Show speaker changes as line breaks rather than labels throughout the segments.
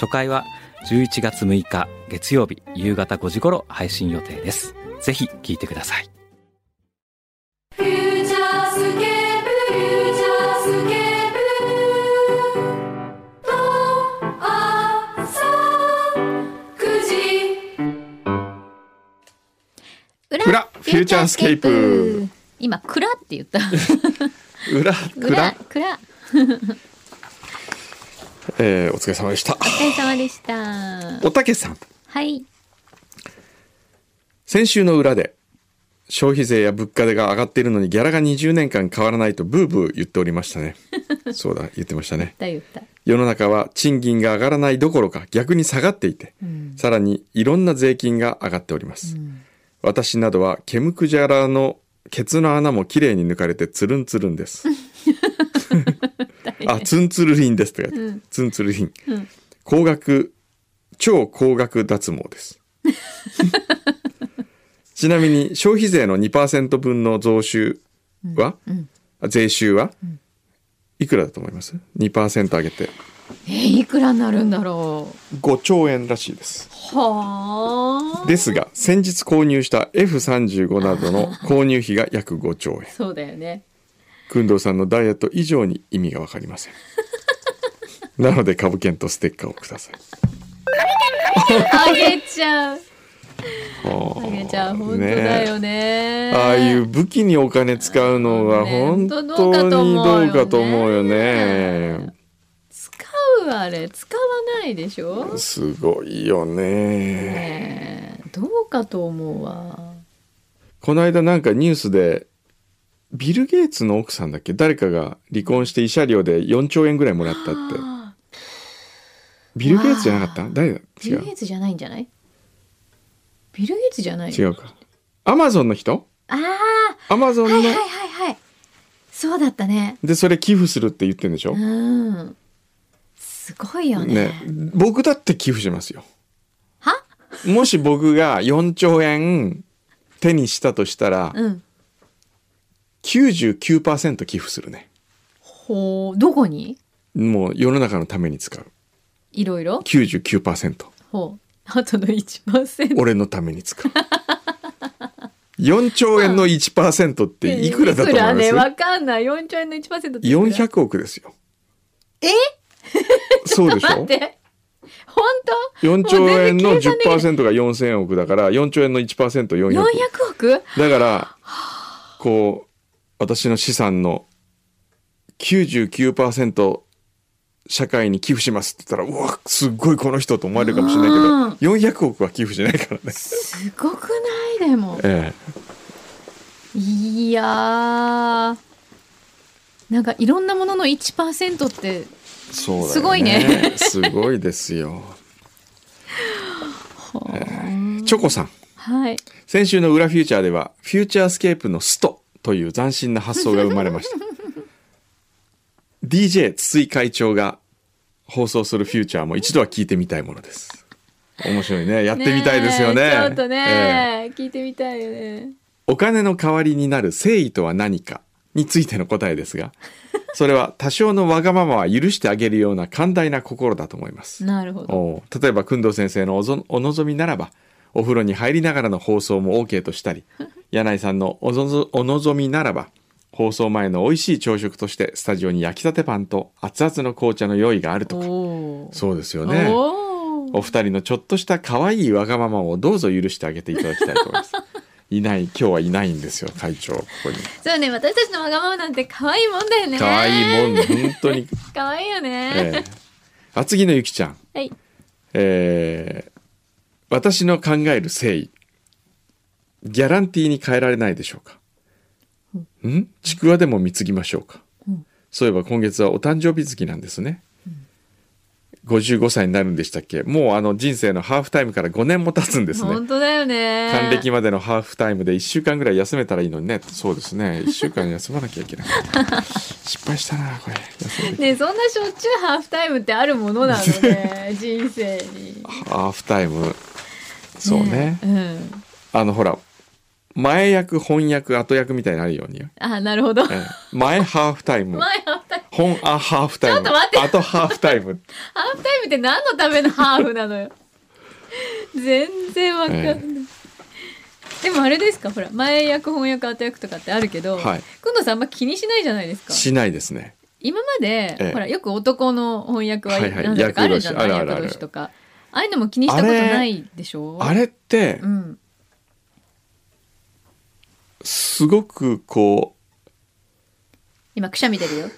初回は11月6日月曜日夕方5時頃配信予定ですぜひ聞いてください
「フューチャースケープフューチャースケープ」「とあさ9時」
裏
裏フューチャースケープ
今「蔵」って 言った
裏
「蔵
裏」
「蔵」
えーお疲れ様でした
お疲れ様でした
おたけさん
はい
先週の裏で消費税や物価が上がっているのにギャラが20年間変わらないとブーブー言っておりましたねそうだ言ってましたね
だ言った
世の中は賃金が上がらないどころか逆に下がっていて、さらにいろんな税金が上がっております、私などはケムクジャラのケツの穴も綺麗に抜かれてつるんつるんですあツンツルリンですって書いてある、ツンツルリン、高額超高額脱毛ですちなみに消費税の2%分の増収は、あ税収は、いくらだと思います2%上げて
えーいくらになるんだろう
5兆円らしいです
はあ
ですが先日購入した F35 な どの購入費が約5兆円
そうだよね
工藤さんのダイエット以上に意味が分かりま せんなので株券とステッカーをください
あげちゃう
あ
あげちゃう本当だよね
ああいう武器にお金使うのが本当にどうかと思うよね
使うあれ使わないでしょ
すごいよね
ねえどうかと思うわ
この間なんかニュースでビル・ゲイツの奥さんだっけ誰かが離婚して慰謝料で4兆円ぐらいもらったって
あー
ビル・ゲイツじゃなかった誰だ
ビ
違
ル・
う
ゲイツじゃないんじゃないビル・ゲイツじゃない
違うかアマゾンの人
ああ
アマゾン
は
の、
いはいはいはい。そうだったね。
でそれ寄付するって言ってるんでしょ、
うん。すごいよね。
ね僕だって寄付しますよ
は
もし僕が4兆円手にしたとしたら
うん。
99%寄付するね
ほう、どこに
もう世の中のために使う
いろいろ
99%
ほう。あとの1%。
俺のために使う4兆円の1%っていくらだと思い
いくらね、
ま
わかんない。4兆円の1%っていくら。
す400億ですよ
え
そうでし
待っ
ょ
て。本
4兆円
も
の
う全然計算
10%が4000億だから4兆円の 1%400
当
億
?400 億
だからこう私の資産の99%社会に寄付しますって言ったらうわすっごいこの人と思われるかもしれないけど400億は寄付しないからね。
すごくないでも。
え
いやー。なんかいろんなものの1%って、
え、そうだよ
すごいね。
すごいですよ。ええチョコさん
はい。
先週の「裏フューチャー」では「フューチャースケープのスト」という斬新な発想が生まれました DJ 筒井会長が放送する「フューチャー」も一度は聞いてみたいものです面白いねやってみたいですよね
えちょっと
ええ
ね、聞いてみたいよね。
お金の代わりになる誠意とは何かについての答えですがそれは多少のわがままは許してあげるような寛大な心だと思います
なるほど。
おう例えば工藤先生のおぞお望みならばお風呂に入りながらの放送も OK とした り柳井さんのおぞぞお望みならば放送前の美味しい朝食としてスタジオに焼きたてパンと熱々の紅茶の用意があるとか
おー
そうですよね
おー
お二人のちょっとした可愛いわがままをどうぞ許してあげていただきたいと思います いない今日はいないんですよ会長ここに
そうね、私たちのわがままなんて可愛いもんだよね。
可愛いもん本当に、
可愛いよね。
ええ、厚木のゆきちゃん
はい。
えー私の考える誠意ギャランティーに変えられないでしょうか、んちくわでも貢ぎましょうか、そういえば今月はお誕生日月なんですね、 55歳になるんでしたっけもうあの人生のハーフタイムから5年も経つんですね
本当だよね
還暦までのハーフタイムで1週間ぐらい休めたらいいのにねそうですね1週間休まなきゃい けない失敗したなこれ休んで
ねそんなしょっちゅうハーフタイムってあるものなの ね人生に
ハーフタイムそうね
うん
あのほら前役本役後役みたいになるようによ、
あなるほど
え
前
え前ハーフタイ ム
ハーフタイム
本あハーフタイム
ちょっと待って
後ハーフタ イム
ハーフタイムって何のためのハーフなのよ全然わかんない、
え
でもあれですかほら前役翻訳後役とかってあるけど、
はい
くんどさんあんま気にしないじゃないですか
しないですね
今まで、
ええ
ほらよく男の翻訳は
はいはい
何だとかあるじゃない
役同士あるあるあ
役
る
同士とかああいうのも気にしたことないでしょ
あれって
うん
すごくこう
今くしゃみ出るよ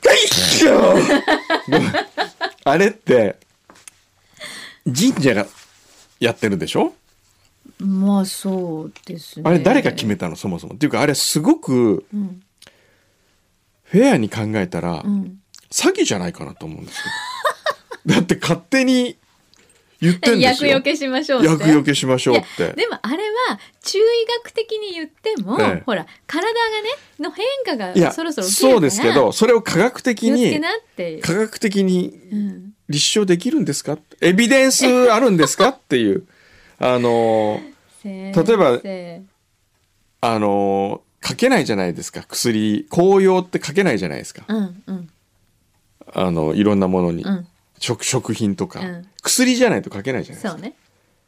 あれって神社がやってるでしょ
まあそうですね
あれ誰が決めたのそもそもっていうかあれすごく
うん
フェアに考えたら
うん
詐欺じゃないかなと思うんですよ だって勝手に言ってんです
役
よ
よけしましょうって
厄除けしましょうって
でもあれは注意学的に言っても、
ええ
ほら体がねの変化
いや
がそろそろ起きるから
そうですけどそれを科学的
気をつけ
に
なって、
科学的に
うん、
立証できるんですかエビデンスあるんですかっていう あの
例
例えばあの書けないじゃないですか薬紅葉って書けないじゃないですか
うんうん
あのいろんなものに、
うん
食食品とか、
うん
薬じゃないと書けないじゃないです
そ
か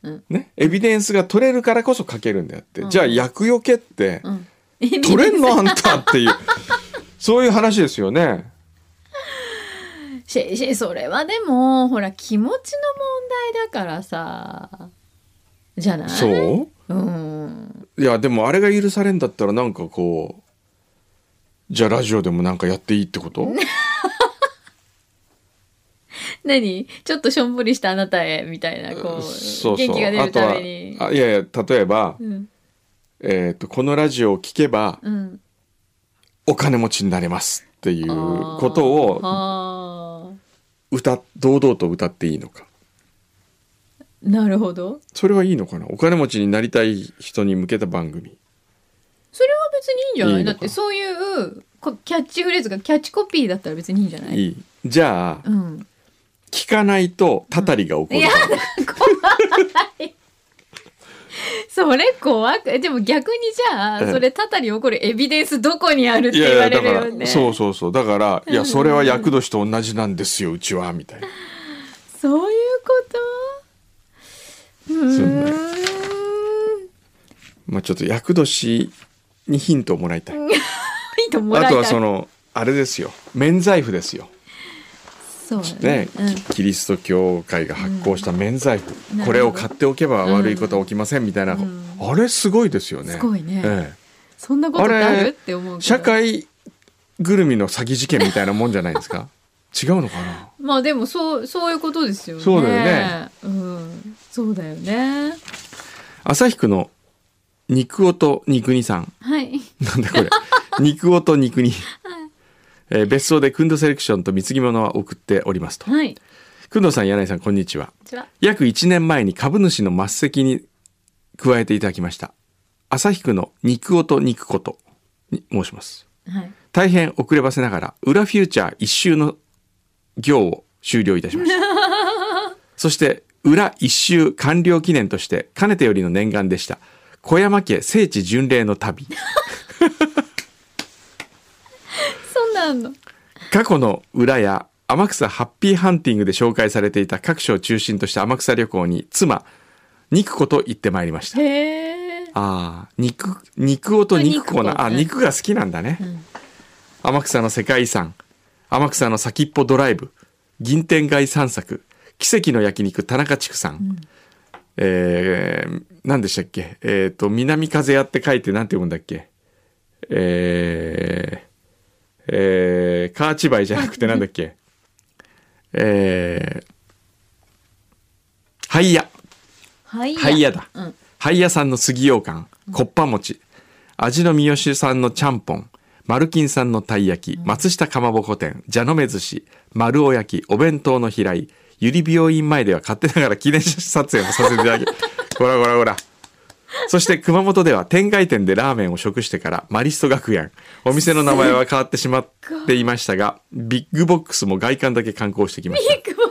うね
ね、エビデンスが取れるからこそ書けるんであって、
うん
じゃあ薬よけって、
うん
取れんのあんたっ ていうそういう話ですよね。
ししそれはでもほら気持ちの問題だからさじゃない
そう
うん
ういやでもあれが許されんだったらなんかこうじゃあラジオでもなんかやっていいってこと
何ちょっとしょんぼりしたあなたへみたいなこう
そうそう
元気が出るため
あ
に
とはあいやいや例えば、
うん
えー、とこのラジオを聞けば
うん
お金持ちになれますっていう
あー
ことを
あー
歌堂々と歌っていいのか
なるほど
それはいいのかなお金持ちになりたい人に向けた番組
それは別にいいんじゃない
いいの
だ
か
ってそういうこキャッチフレーズがキャッチコピーだったら別にいいんじゃない
いいじゃあ、
うん。
聞かないとたたりが起こる
いやだ、怖い。 それ怖く、えでも逆にじゃあ、
ええ
それたたり起こるエビデンスどこにあるって
いや
言わ
いや
れ
だ
る
か
よ
ら、
ね。
そうそうそうだからいやそれは厄年と同じなんですようちはみたいな
そういうことう
そう
ー
ね
ん。
まあちょっと厄年にヒントをもらいたい
ヒントもらい
あ
たい。
とはそのあれですよ免罪符ですよ、
そうだね
ね
うん
キリスト教会が発行した免罪符、
うん
これを買っておけば悪いことは起きませんみたいな、
ん
あれすごいですよね
すごいね
え
そんな
え
ことってあ
あ
る
れ
って思うけど。
社会ぐるみの詐欺事件みたいなもんじゃないですか違うのかな
まあでもそう、そういうことですよね。
そうだよね。
うん。そうだよね。
旭区の肉音肉にさん
はい。
なんだこれ。肉音と肉に。えー別荘でくんどセレクションと貢ぎ物は送っておりますと。
はい。こ
くんどさん、柳井さん、こんにちは。
んにちは。
約1年前に株主の末席に加えていただきました。旭区の肉音と肉ことに申します。
はい。
大変遅ればせながら、裏フューチャー一周の行を終了いたしました。そして、裏一周完了記念として、かねてよりの念願でした。小山家聖地巡礼の旅。
そうなの。
過去の裏や天草ハッピーハンティングで紹介されていた各所を中心とした天草旅行に妻肉子と行ってまいりました
へえ。
ああ肉肉男と肉子
肉子
なあ
うん
肉が好きなんだね、天草の世界遺産天草の先っぽドライブ銀天街散策奇跡の焼肉田中畜さん、えー、何でしたっけえっ、と南風屋って書いて何て読むんだっけえー、えー、カーチバイじゃなくてなんだっけ えー、ハイヤ
はいや。
ハイヤだ、
うん
ハイヤさんの杉羊羹こっぱ餅味の三好さんのちゃんぽんマルキンさんのたい焼き松下かまぼこ店蛇の目寿司丸尾焼きお弁当の平井ゆり病院前では勝手ながら記念写真撮影もさせていただき ごらごらごらそして熊本では天外店でラーメンを食してからマリスト学園お店の名前は変わってしまっていましたがビッグボックスも外観だけ観光してきました
ビッグボックス。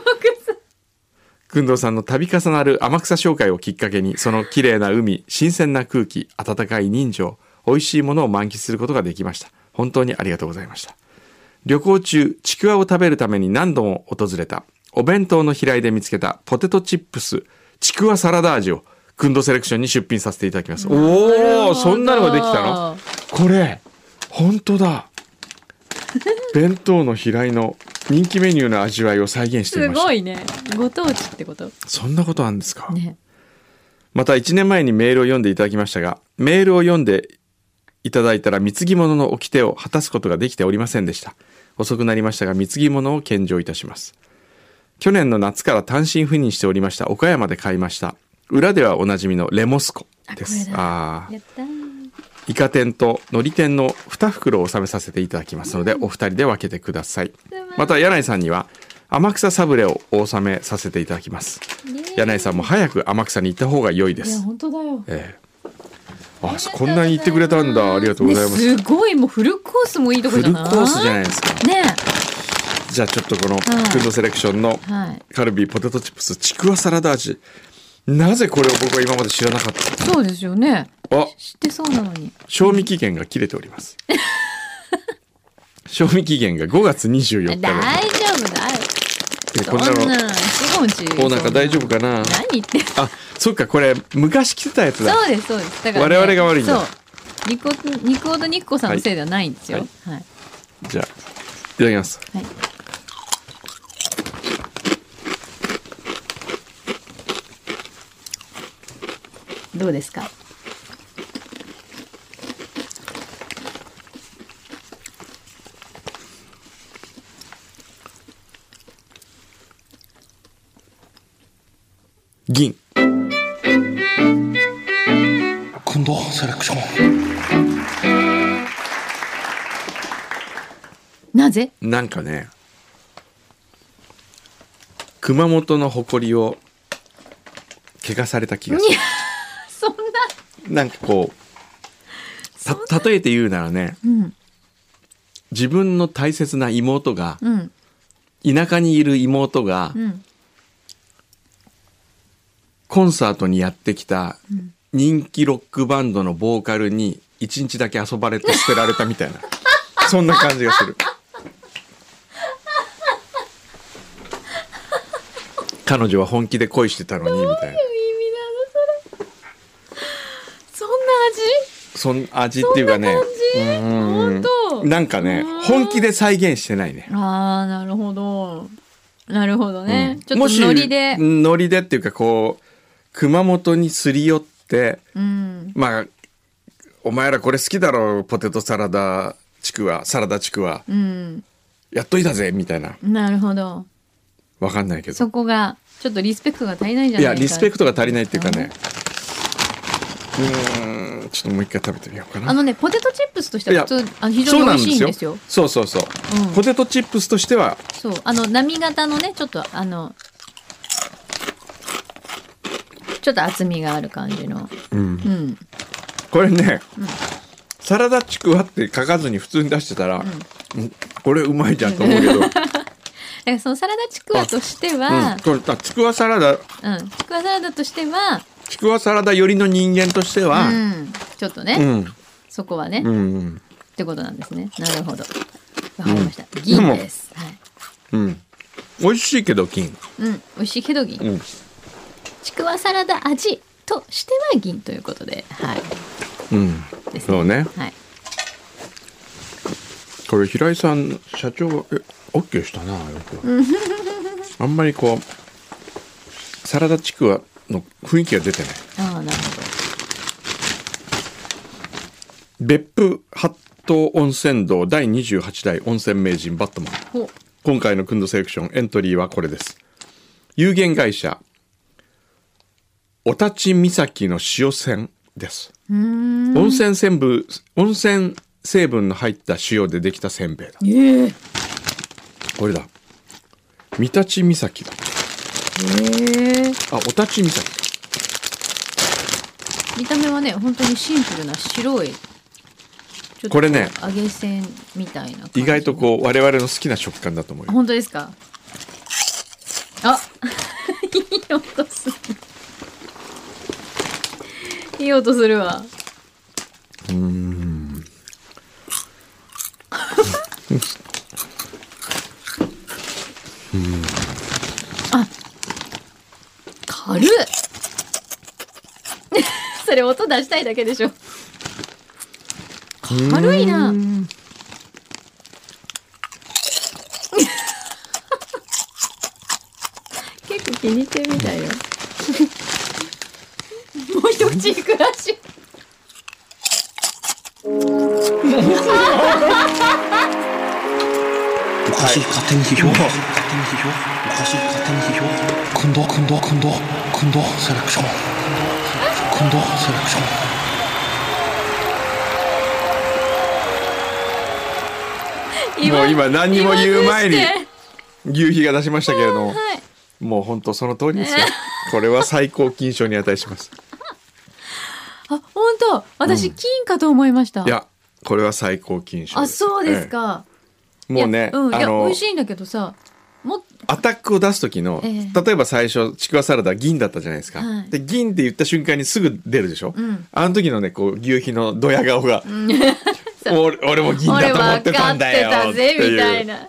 くんどうさんの度重なる天草紹介をきっかけにその綺麗な海新鮮な空気温かい人情美味しいものを満喫することができました本当にありがとうございました旅行中ちくわを食べるために何度も訪れたお弁当の飛来で見つけたポテトチップスちくわサラダ味をくんどセレクションに出品させていただきます おおそんなのができたのこれ本当 だ弁当の飛来の人気メニューの味わいを再現してみ
す
ました
ごいね。ご当地ってこと。
そんなことあるんですか、
ね。
また1年前にメールを読んでいただきましたがメールを読んでいただいたら貢ぎ物の掟を果たすことができておりませんでした遅くなりましたが貢ぎ物を献上いたします去年の夏から単身赴任しておりました岡山で買いました裏ではおなじみのレモスコですああ
やったー。
イカ天と海苔天の2袋を収めさせていただきますのでお二人で分けてくださいまた柳井さんには天草サブレをお納めさせていただきます柳井さんも早く天草に行った方が良いで
いや
す
本当だよ。
ええ、あ、そこんなに言ってくれたんだ。ありがとうご
ね
ざいます。
すごいもうフルコースもいいとこ
フ
じゃ
ルコ
ない。
ースじゃないですか。
ね
じゃあちょっとこのフードセレクションの
え。はい。
カルビーポテトチップスちくわサラダ味。なぜこれを僕は今まで知らなかった
そうですよね。
あ、
知ってそうなのに。
賞味期限が切れております。 賞味期限が5月24日
大
で
丈夫だよ。
え
そ
こ
ん
んなの
なんすごい自由
お腹大丈夫かな
何言ってんの
あ、そっか、これ昔着てたやつだ。
そうですそうですだから、
我々が悪いんだ
そうニコニコードニッコさんのせいではないんですよ
はい
はい、
じゃあ、いただきます。
はいどうですか
銀。
くんどセレクション
なぜ
なんかね熊本の誇りを怪我された気がす
そんな
るなんかこうた例えて言うならね
うん
自分の大切な妹が
うん
田舎にいる妹が
うん
コンサートにやってきた人気ロックバンドのボーカルに一日だけ遊ばれて捨てられたみたいなそんな感じがする彼女は本気で恋してたのにみたいな
そんな
そん味っていうかね
味そんな感じ本当
なんかね
うん
本気で再現してないね。
あーなるほどなるほどね、ちょ
も
っと
し
ノリで
ノリでっていうかこう熊本にすり寄って
うん
まあお前らこれ好きだろポテトサラダちくわサラダちくわ
うん
やっといたぜみたいな
なるほど
わかんないけど
そこがちょっとリスペクトが足りないんじゃ
い
ない
や
か
リスペクトが足りないっていうかねうーんちょっともう一回食べてみようか
あ
な。
のねポテトチップスとしては普
い
通
や
あの非常
そ
に
う
美
なん
味しいんです
よ
よ。
そうそうそう、
うん
ポテトチップスとしては
そうあの波形のねちょっとあのちょっと厚みがある感じの
うん
うん
これね、サラダちくわって書かずに普通に出してたら、うんこれうまいじゃんと思うけ ど、
だからそのサラダちくわとして
うん
は、
これあちくわサラダ
うんちくわサラダとしては、
ちくわサラダ寄りの人間としては、
うん、ちょっとね、
うん
そこはね、
う
っ
んうん
てことなんですねなるほどわかりました、銀ですはい
うん美味しいけど金、
うん美味しいけど銀、
うん
ちくわサラダ味としては銀ということではい
うん、
です
そうね
はい
これ平井さん社長がえオッケーしたなよくあんまりこうサラダちくわの雰囲気が出てない
ああなるほど
別府八頭温泉道第28代温泉名人バットマン
ほ
今回のくんどセレクションエントリーはこれです有限会社お立ち岬の塩泉です温泉成分温泉成分の入った塩でできたせんべいだ
ええ
これだ三立岬だ
へえ
あお立ち岬
見た目はね本当にシンプルな白いちょっと
これね
揚げせんみたいな感じ
意外とこう我々の好きな食感だと思うよ
本当ですかあ いい音するいい音するわあ軽っ それ音出したいだけでしょ軽いな 結構気に入ってるみたいよ もう一口いくらしい
おかしい勝手に批評勝手に批評おかしい勝手に批評くんどくんどくんどくんどセレクションくんどセレクション
もう今何にも言う前
言
に
わずして
夕日が出しましたけれども
はい
もう本当その通りですよこれは最高金賞に値します
あ本当私、金かと思いました
いやこれは最高金賞
あそうです、か、
ええもうね
いやうん、い
あ
や美
の
味しいんだけどさもっ
アタックを出す時の、
ええ
例えば最初ちくわサラダ銀だったじゃないですか、
はい
で銀って言った瞬間にすぐ出るでしょ、
ん
あの時のねこう牛皮のドヤ顔が 「俺俺も銀だ
俺
と思っ
分
て
か
た
っ
ん
て
だよ」
たぜ
っていう
みたいな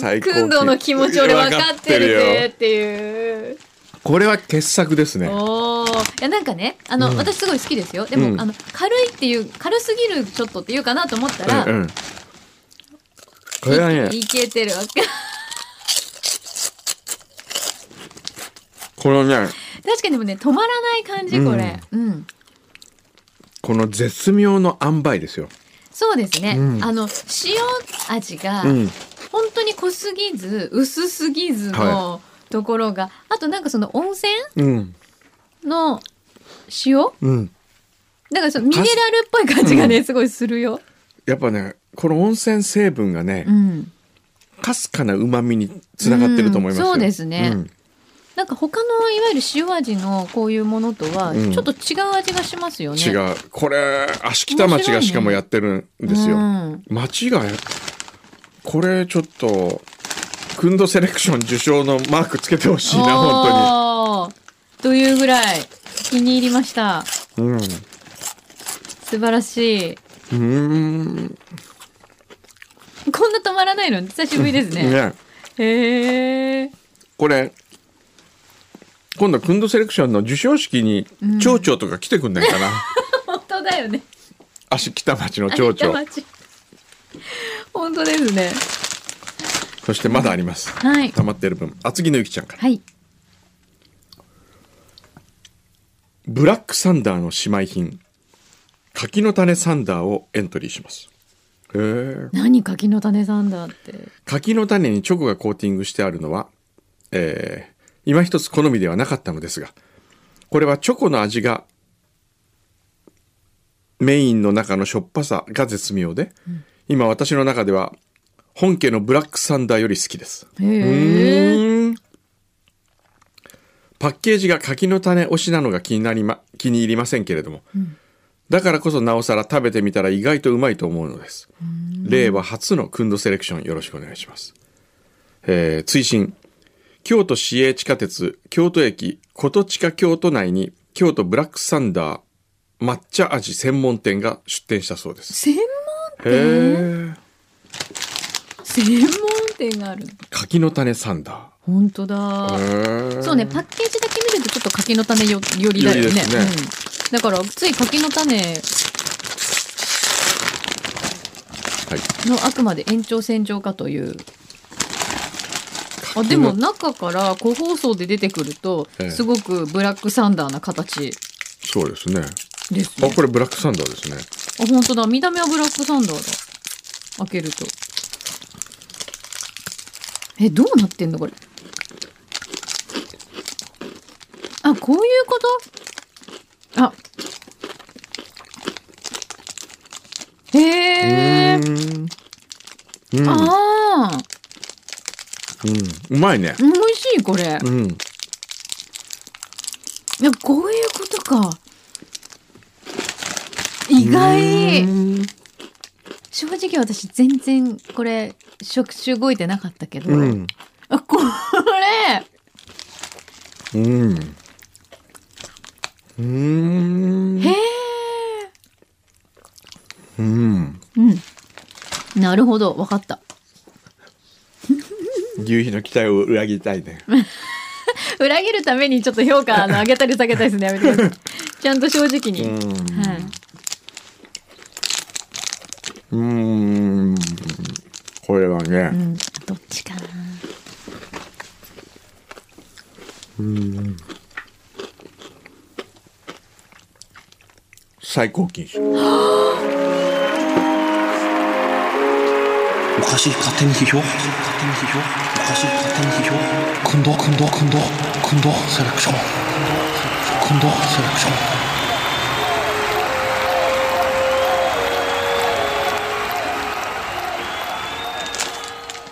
最高級
くんどの気持ち俺分かってるぜっていう
これは傑作ですね
おーいやなんかねあの、私すごい好きですよでも、
うん
あの軽いっていう軽すぎるちょっとっていうかなと思ったら、
うんうんこれはね
いいけてるわけ
このね
確かにでもね止まらない感じこれうん、
この絶妙の塩梅ですよ、
そうですね、
うん
あの塩味が、
うん、
本当に濃すぎず薄すぎずの
は
ところが、あとなんかその温泉
うん
の塩
うん
だからそのミネラルっぽい感じがね、すごいするよ。
やっぱねこの温泉成分がね
うん。
かすかなうまみにつながってると思いますよ、
うんそうですね
ん
なんか他のいわゆる塩味のこういうものとは
うん
ちょっと違う味がしますよね。
違うこれ芦北町がしかもやってるんですよ、
うん
町がこれちょっとクンドセレクション受賞のマークつけてほしいな本
おーというぐらい気に入りました。
当にうんう
素晴らし
ー
い。
ん
こんな止まらないの久しぶりですね。
ね
へえ。
これ今度クンドセレクションの授賞式に町長とか来てくんない かな、
本当だよね。
芦北町の町長
山地本当ですね。
そしてまだあります、
はい。
溜まってる分厚木のゆきちゃんから
はい。
ブラックサンダーの姉妹品柿の種サンダーをエントリーしますへえ
何柿の種サンダーって。
柿の種にチョコがコーティングしてあるのは、えー今一つ好みではなかったのですがこれはチョコの味がメインの中のしょっぱさが絶妙で、今私の中では本家のブラックサンダーより好きです
へえ。
うんパッケージが柿の種推しなのが気になりま気に入りませんけれども、だからこそなおさら食べてみたら意外とうまいと思うのです令和初のくんどセレクションよろしくお願いします、えー、追伸京都市営地下鉄京都駅琴地下京都内に京都ブラックサンダー抹茶味専門店が出店したそうです
専門
へえ
専門店があるの
柿の種サンダ
本当だ
ーへえ
そうねパッケージだけ見るとちょっと柿の種よよりだよね
よりですね
うん、だからつい柿の種
はい
のあくまで延長線上かというあ
の
でも中から個包装で出てくると
ええ
すごくブラックサンダーな形
そうですね
です
あ
ね
これブラックサンダーですね
あ本当だ見た目はブラックサンダーだ開けるとえどうなってんのこれあこういうことあへえ
うん
ああ
うんうまいね
美味しいこれ
うん
いやこういうことか意外正直私全然これ触手動いてなかったけど、
うん
あこれ
うんうん
へえ
うん
なるほどわかった
牛皮の期待を裏切りたいね
裏切るためにちょっと評価あの上げたり下げたりするのやめてくださ いちゃんと正直に、はい、
うんこれは
う
ね
ん、どっちかな
最高金賞
おかしい勝手に批評おかしい勝手に批評おかしい勝手に批評くんどくんどくんどくんどセレクションくんどセレクション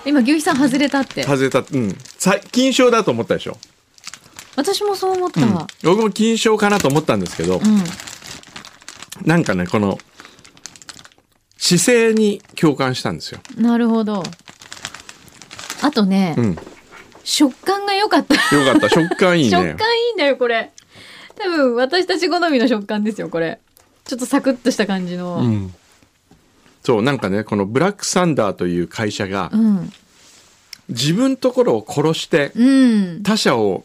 今牛肥さん外れたって
外れたうんさ金賞だと思ったでしょ
私もそう思ったわ
僕も金賞かなと思ったんですけど、
うん、
なんかねこの姿勢に共感したんですよ、
なるほどあとね、
うん、よ
食感が良かった
か った食感いいね
食感いいんだよこれ多分私たち好みの食感ですよこれちょっとサクッとした感じ
う
の
ん、そうなんかねこのブラックサンダーという会社が
うん
自分ところを殺して
うん、
他者を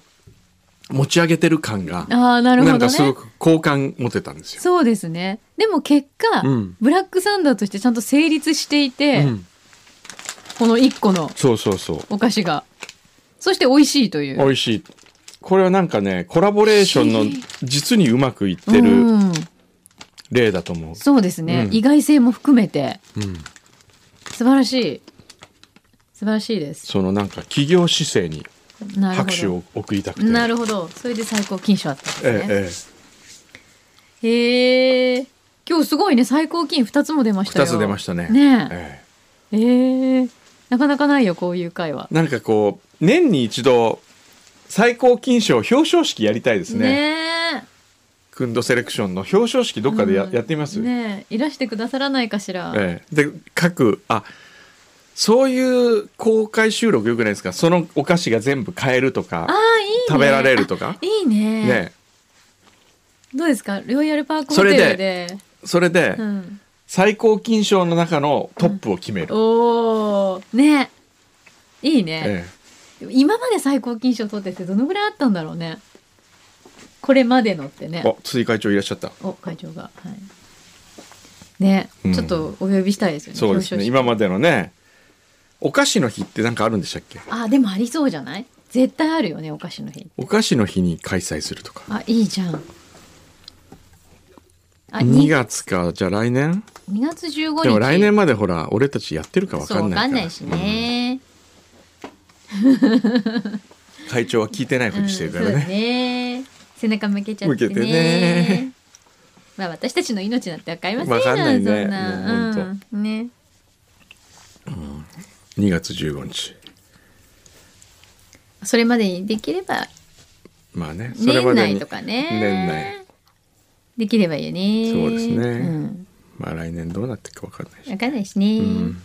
持ち上げてる感が
ああなる
な
ほ
ん
ど
かす
ね
ごく好感持てたんですよ。
そうですねでも結果、
うん
ブラックサンダーとしてちゃんと成立していて、
うん、
この1個の
そうそうそう
お菓子がそして美味しいという
美味しいこれはなんかねコラボレーションの実にうまくいって
う
る
ん、
例だと思う。
そうですね、
うん
意外性も含めて
うん
素晴らしい素晴らしいです
そのなんか企業姿勢に
なるほど
拍手を送りたくて。
なるほどそれで最高金賞あったんですね
え、えええ、
へえ今日すごいね最高金2つも出ましたよ
2つ出ましたね。
ねえ
え
へえなかなかないよこういう会は
えなんかこう年に一度最高金賞表彰式やりたいですね。
ね
クンドセレクションの表彰式どっかでや,、
うん
やってみま
え
す、
ねえいらしてくださらないかしら、
ええ、で各あそういう公開収録よくないですかそのお菓子が全部買えると
あ
か
あいいね
食べられるとか
あいいね
ね
どうですかロイヤルパークホ
そ
テル
れで
で
それで、
うん、
最高金賞の中のトップを決める、
おーねえいいね、
え
今まで最高金賞取ってってどのぐらいあったんだろうねこれまでのってね
え、あ辻会長いらっしゃった
お会長がはいね、
うん
ちょっとお呼びしたいですよね
そうですね
表彰式
今までのねお菓子の日って何かあるんでしたっけ
あでもありそうじゃない絶対あるよねお菓子の日
お菓子の日に開催するとか
あいいじゃんあ
2
2,
月かじゃあ来年
2月15日
でも来年までほら俺たちやってるか分
そう
か
わ
んないから
かんないしね、
会長は聞いてないふ
う
り
ん
して
そう
るからね,、
ね背中向けちゃってね
向けてね
まあ私たちの命なんてわかりません
わ
よ
かんないね
そんな、
もう
うん、ね
2月15日
それまでにできれば
まあねそれ
年
まで
内
に
とかね
年内
できればいいよね
そうですね
うん、
まあ来年どうなっていくか分かんないし
わかんないしね、
ん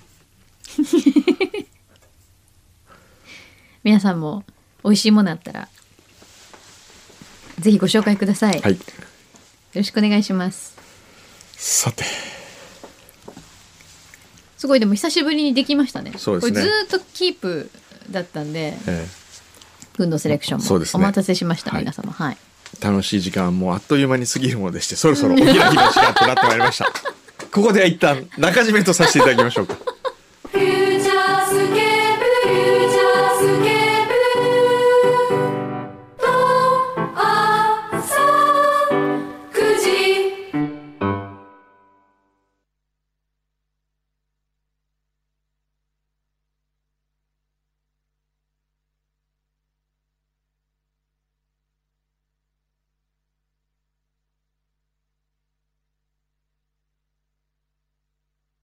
皆さんも美味しいものあったらぜひご紹介ください、
は
よ
い
ろしくお願いします
さて
すごいでも久しぶりにできましたね
そうです
こ
ね
れずーっとキープだったんで
え
運動セレクション
そう
も
です
お
ね
待たせしました、
はい
皆様はい
ー楽しい時間もあっという間に過ぎるも のでしてそろそろお開きの時間となってまいりましたここで一旦中締めとさせていただきましょうか